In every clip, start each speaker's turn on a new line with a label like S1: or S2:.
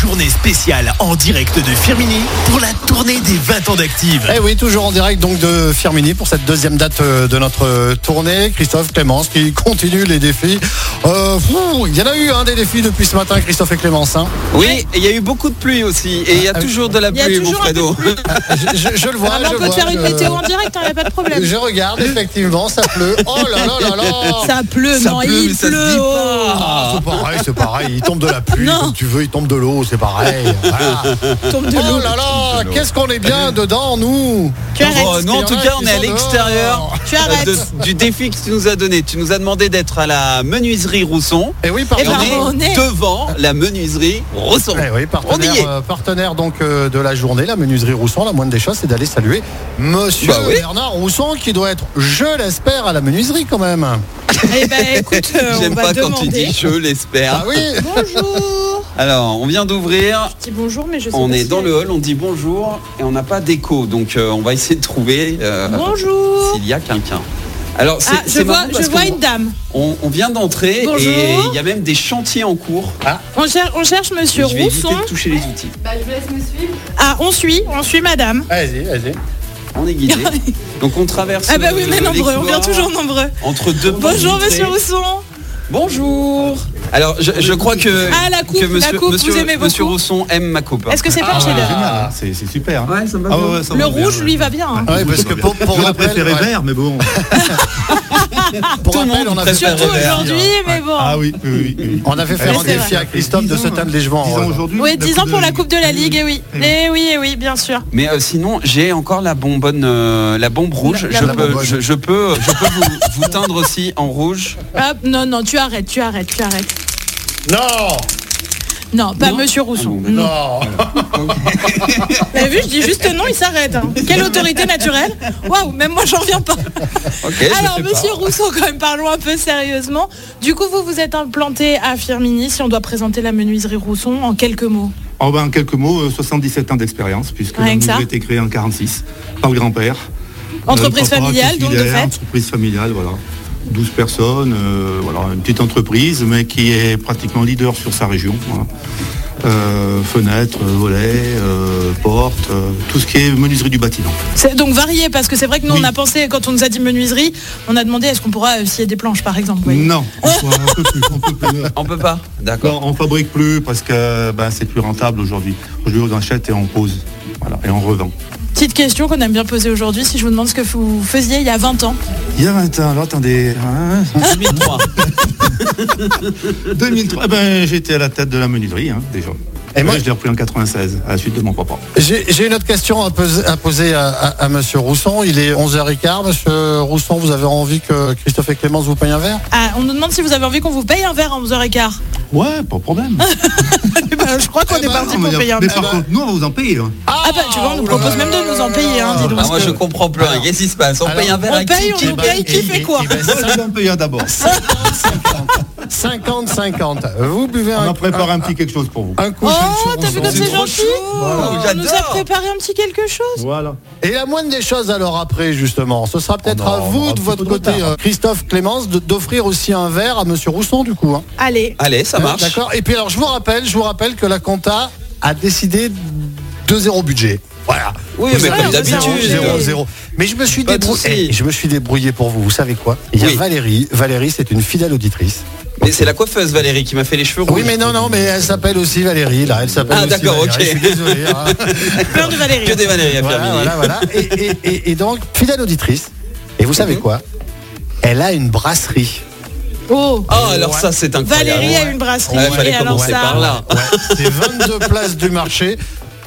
S1: tournée spéciale en direct de Firmini pour la tournée des 20 ans d'Active.
S2: Eh oui, toujours en direct donc de Firmini pour cette deuxième date euh, de notre euh, tournée. Christophe, Clémence qui continue les défis. Euh, fou, Il y en a eu un des défis depuis ce matin, Christophe et Clémence. hein.
S3: Oui, et il y a eu beaucoup de pluie aussi. Et il y a
S2: Ah,
S3: toujours de la
S4: il y a
S3: pluie, mon
S4: toujours un peu de
S3: Fredo.
S2: Je, je- je le vois.
S4: Ah, mais
S2: je
S4: on peut
S2: vois,
S4: te faire une
S2: je-
S4: météo en direct, il n'y a pas de problème.
S2: Je regarde, effectivement, ça pleut. Oh là là là là
S4: Ça pleut,
S3: Ça
S4: non,
S3: pleut, mais
S4: il
S3: ça se
S4: pleut.
S3: dit
S2: Ah, c'est pareil, c'est pareil. Il tombe de la pluie,
S4: Non.
S2: comme tu veux, il tombe de l'eau, c'est pareil. Voilà.
S4: oh, tombe de
S3: Ah,
S2: Oh
S4: l'eau.
S2: là
S4: Ah,
S2: là, qu'est-ce qu'on est bien dedans, nous
S4: Tu arrêtes.
S3: Oh, non, en tout cas, on est à l'extérieur
S4: Tu
S3: euh,
S4: arrêtes.
S3: de- du défi que tu nous as donné. Tu nous as demandé d'être à la menuiserie Rousson.
S2: Et oui,
S4: Eh
S3: Et
S2: pardon.
S4: ben,
S3: on, est
S4: on est-
S3: devant la menuiserie Rousson.
S2: Eh oui,
S3: On y est.
S2: partenaire, euh, partenaire donc euh, de la journée, la menuiserie Rousson. La moindre des choses, c'est d'aller saluer Monsieur
S3: Bah oui.
S2: Bernard Rousson, qui doit être, je l'espère, à la menuiserie quand même.
S4: Eh ben, écoute, euh, on
S3: J'aime
S4: va
S3: pas quand tu
S4: demander.
S3: dis je l'espère.
S2: Ah oui.
S4: Bonjour.
S3: Alors, on vient d'ouvrir.
S4: Je dis bonjour, mais je sais
S3: On
S4: pas
S3: est
S4: si-
S3: dans le hall, on dit bonjour et on n'a pas d'écho. Donc, euh, on va essayer de trouver euh,
S4: Bonjour.
S3: s'il y a quelqu'un. Alors, c'est
S4: Ah, je
S3: c'est
S4: vois,
S3: marrant parce
S4: je vois
S3: qu'on-
S4: une dame.
S3: On, on vient d'entrer
S4: Bonjour.
S3: et il y a même des chantiers en cours.
S4: On, cher- on cherche
S3: je
S4: monsieur
S3: vais éviter
S4: Rousson.
S3: de toucher les outils.
S5: Bah, je vous laisse me suivre.
S4: Ah, on suit, on suit madame.
S2: Allez-y, allez-y.
S3: On est guidé. Donc on traverse.
S4: Ah, bah oui,
S3: euh,
S4: mais nombreux, on
S3: l'explore
S4: vient toujours nombreux.
S3: Entre deux. portes
S4: Bonjour
S3: vitrées.
S4: monsieur Rousson.
S3: Bonjour. Alors je, je crois que.
S4: Ah, la coupe,
S3: que
S4: la
S3: monsieur,
S4: coupe, vous
S3: monsieur,
S4: aimez beaucoup.
S3: monsieur Rousson aime ma coupe.
S4: Est-ce que c'est pas un chef d'œuvre
S6: Génial, hein, c'est c'est super. hein.
S3: Ouais, ça me va
S6: Ah
S3: bien.
S6: ouais, ouais, ça
S4: Le
S6: me va bien,
S4: rouge
S6: ouais.
S4: lui Ah. va bien. hein.
S6: Ah
S2: Ouais, parce que pour, pour
S6: J'aurais
S2: rappel,
S6: préféré
S2: ouais,
S6: vert, mais bon.
S2: pour
S3: Tout le
S2: rappel,
S3: monde
S2: on a fait
S3: préfère
S4: Surtout
S3: vert.
S4: aujourd'hui, mais bon.
S6: Ah oui, oui, oui, oui.
S2: On a fait faire
S4: Ouais,
S2: un
S4: c'est
S2: défi
S4: vrai.
S2: à Christophe de se teindre les euh. cheveux en
S6: 10 ans
S2: rose.
S6: aujourd'hui.
S4: Oui,
S6: la
S4: 10 ans pour la Coupe de la Ligue, eh oui.
S6: Eh oui.
S4: Eh oui, eh oui, bien sûr.
S3: Mais euh, sinon, j'ai encore la bonbonne, euh, la bombe rouge.
S2: La-
S3: je,
S2: la
S3: peux,
S2: bonbonne.
S3: je, je peux, je peux vous, vous teindre aussi en rouge.
S4: Hop, non, non, tu arrêtes, tu arrêtes, tu arrêtes.
S2: Non
S4: Non, pas
S3: Non.
S4: Monsieur Rousson.
S3: Ah bon,
S4: non.
S2: Non
S4: T'as vu, je dis juste non, il s'arrête. hein. Quelle autorité naturelle. Waouh, même moi, j'en reviens pas.
S3: Ok. je
S4: Alors,
S3: sais pas.
S4: Monsieur Rousson, quand même, parlons un peu sérieusement. Du coup, vous vous êtes implanté à Firmini. Si on doit présenter la menuiserie Rousson en quelques mots.
S6: Oh, ben, en quelques mots, euh, 77 ans d'expérience, puisque
S4: Rien que
S6: nous
S4: ça.
S6: a été créé en 46 par le grand-père.
S4: Entreprise
S6: Euh, papa,
S4: familiale, donc, de
S6: filière,
S3: hein.
S4: fait.
S6: Entreprise familiale, voilà. 12 personnes, euh, voilà, une petite entreprise, mais qui est pratiquement leader sur sa région. voilà. Euh, fenêtres, euh, volets, euh, portes, euh, tout ce qui est menuiserie du bâtiment.
S4: C'est donc varié, parce que c'est vrai que nous,
S6: Oui.
S4: on a pensé, quand on nous a dit menuiserie, on a demandé est-ce qu'on pourra euh, scier des planches, par exemple. vous voyez.
S6: Non, on peut plus, on peut plus.
S3: On peut pas. D'accord.
S6: Non, on fabrique plus parce que ben, c'est plus rentable aujourd'hui. Aujourd'hui, on achète et on pose. Voilà, et on revend.
S4: Petite question qu'on aime bien poser aujourd'hui, si je vous demande ce que vous faisiez il y a 20 ans.
S6: Il y a 20 ans, alors attendez. hein,
S3: 2003.
S6: 2003, eh ben, j'étais à la tête de la menuiserie hein, déjà.
S2: Et
S6: Et
S2: moi-
S6: moi, je l'ai repris en 96 à la suite de mon papa.
S2: J'ai j'ai une autre question à poser, à, poser à- à- à Monsieur Rousson. Il est 11h15. Monsieur Rousson, vous avez envie que Christophe et Clémence vous payent un verre
S4: Ah, on nous demande si vous avez envie qu'on vous paye un verre en 11h15.
S6: Ouais, pas de problème.
S4: Eh ben, je crois qu'on
S6: Eh ben,
S4: est parti
S6: on va
S4: pour
S6: dire-
S4: payer un
S6: Mais
S4: verre.
S6: par contre, nous, on va vous en payer. hein.
S4: Ah bah tu vois, on nous propose même de nous en payer, hein, dis
S3: Ah,
S4: donc.
S3: moi, je comprends plus. rien. Qu'est-ce qui se passe On
S2: Alors,
S3: paye un verre
S4: on
S3: à qui
S4: paye, on-
S3: qui-
S4: Eh ben, Paye qui fait quoi
S6: Ça, c'est un payant d'abord.
S2: 50-50. Vous buvez
S6: On
S2: un,
S6: en prépare un petit quelque chose pour vous.
S2: un coup.
S4: Oh,
S2: chez Monsieur
S4: t'as vu
S2: Rousson.
S4: comme c'est gentil
S3: Oh,
S4: On nous a
S3: j'adore.
S4: préparé un petit quelque chose.
S6: Voilà.
S2: Et la moindre des choses alors après justement, ce sera peut-être
S6: Oh non,
S2: à
S6: on
S2: vous
S6: aura
S2: de
S6: un
S2: votre
S6: petit peu de
S2: côté,
S6: retard.
S2: euh, Christophe Clémence, de- d'offrir aussi un verre à Monsieur Rousson du coup. hein.
S4: Allez.
S3: Allez, ça marche.
S2: D'accord. Et puis alors je vous rappelle, je vous rappelle que la compta a décidé de zéro budget. Voilà.
S3: Oui,
S2: Vous
S3: mais
S2: savez,
S3: comme
S2: zéro,
S3: d'habitude.
S2: zéro, zéro. Mais je me suis
S3: Pas de
S2: débrouillé. Eh,
S3: souci.
S2: je me suis débrouillé pour vous. Vous savez quoi Il y a
S3: Oui.
S2: Valérie. Valérie, c'est une fidèle auditrice.
S3: Mais c'est la coiffeuse Valérie qui m'a fait les cheveux rouges.
S2: Oui, mais non, non, mais elle s'appelle aussi Valérie. Là, elle s'appelle.
S3: Ah,
S2: aussi
S3: d'accord,
S2: Valérie.
S3: ok.
S2: Je suis désolé. hein.
S4: Plein de Valérie.
S3: Que des Valérie à faire
S2: voilà, voilà, voilà. Et, et- et- et donc, fidèle auditrice. Et vous savez
S3: Mhm.
S2: quoi Elle a une brasserie.
S4: Oh
S3: Oh, alors ça, c'est incroyable.
S4: Valérie a une brasserie.
S3: Ouais, fallait
S4: et alors
S3: commencer
S4: ça.
S3: par là.
S2: C'est 22 places du marché.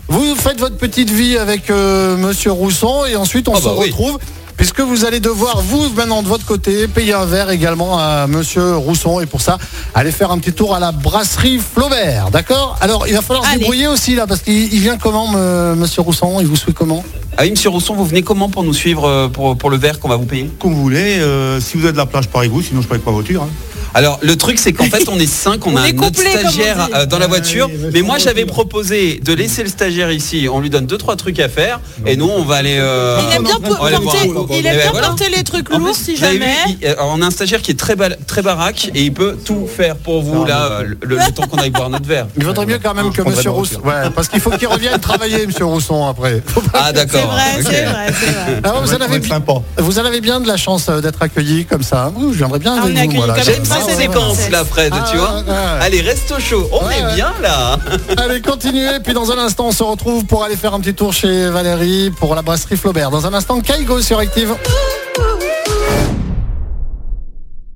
S2: Vous faites votre petite vie avec euh, Monsieur Rousson et ensuite on
S3: Ah
S2: se
S3: bah oui.
S2: retrouve. Puisque vous allez devoir, vous, maintenant de votre côté, payer un verre également à Monsieur Rousson. Et pour ça, allez faire un petit tour à la brasserie Flaubert. D'accord Alors, il va falloir se
S4: Allez.
S2: débrouiller aussi, là, parce qu'il il vient comment, me- Monsieur Rousson Il vous suit comment
S3: Ah oui, monsieur Rousson, vous venez comment pour nous suivre euh, pour, pour le verre qu'on va vous payer
S6: Comme vous voulez, euh, si vous avez de la plage, par vous, sinon je ne paye pas voiture. hein.
S3: Alors le truc c'est qu'en fait on est cinq, on,
S4: On
S3: a
S4: est
S3: un autre
S4: couplés, comme on
S3: stagiaire
S4: dit. Ah,
S3: euh, dans la voiture.
S6: oui, vachement
S3: mais moi j'avais
S6: gentil.
S3: proposé de laisser le stagiaire ici. On lui donne deux trois trucs à faire et nous on va aller. euh,
S4: Il aime bien,
S3: on va aller voir
S4: porter,
S3: un coup.
S4: il
S3: Eh
S4: aime
S3: ben,
S4: bien
S3: voilà.
S4: porter les trucs
S3: En
S4: lourds
S3: plus,
S4: si
S3: vous avez
S4: jamais.
S3: vu, il- euh, on a un stagiaire qui est très, bal- très baraque et il peut tout faire pour vous là euh, le, le temps qu'on aille boire notre verre.
S2: Il vaudrait mieux quand même que
S5: prendrai
S2: Monsieur
S5: ma
S2: Rousson.
S5: voiture.
S2: Ouais, parce qu'il faut qu'il revienne travailler, Monsieur Rousson, après. Faut pas-
S3: Ah
S4: C'est
S3: d'accord.
S4: vrai,
S3: ok.
S4: c'est vrai, c'est vrai.
S2: Ah ouais, vous, en
S5: Ça va
S2: avez
S5: être
S2: bien,
S5: sympa.
S2: vous en avez bien de la chance euh, d'être accueilli comme ça. Oui, je viendrai bien
S4: Ah, on
S2: avec
S4: est
S2: vous.
S4: accueillis
S2: voilà.
S4: comme
S3: J'aime
S4: ça,
S2: Ah,
S3: ces
S4: c'est
S2: ouais, ouais.
S3: séquences là Fred,
S2: Ah,
S3: tu vois.
S2: ouais, ouais.
S3: Allez reste au chaud, on
S2: Ouais, ouais.
S3: est bien là.
S2: Allez, continuez. Puis dans un instant, on se retrouve pour aller faire un petit tour chez Valérie pour la brasserie Flaubert. Dans un instant, Kaigo sur Active.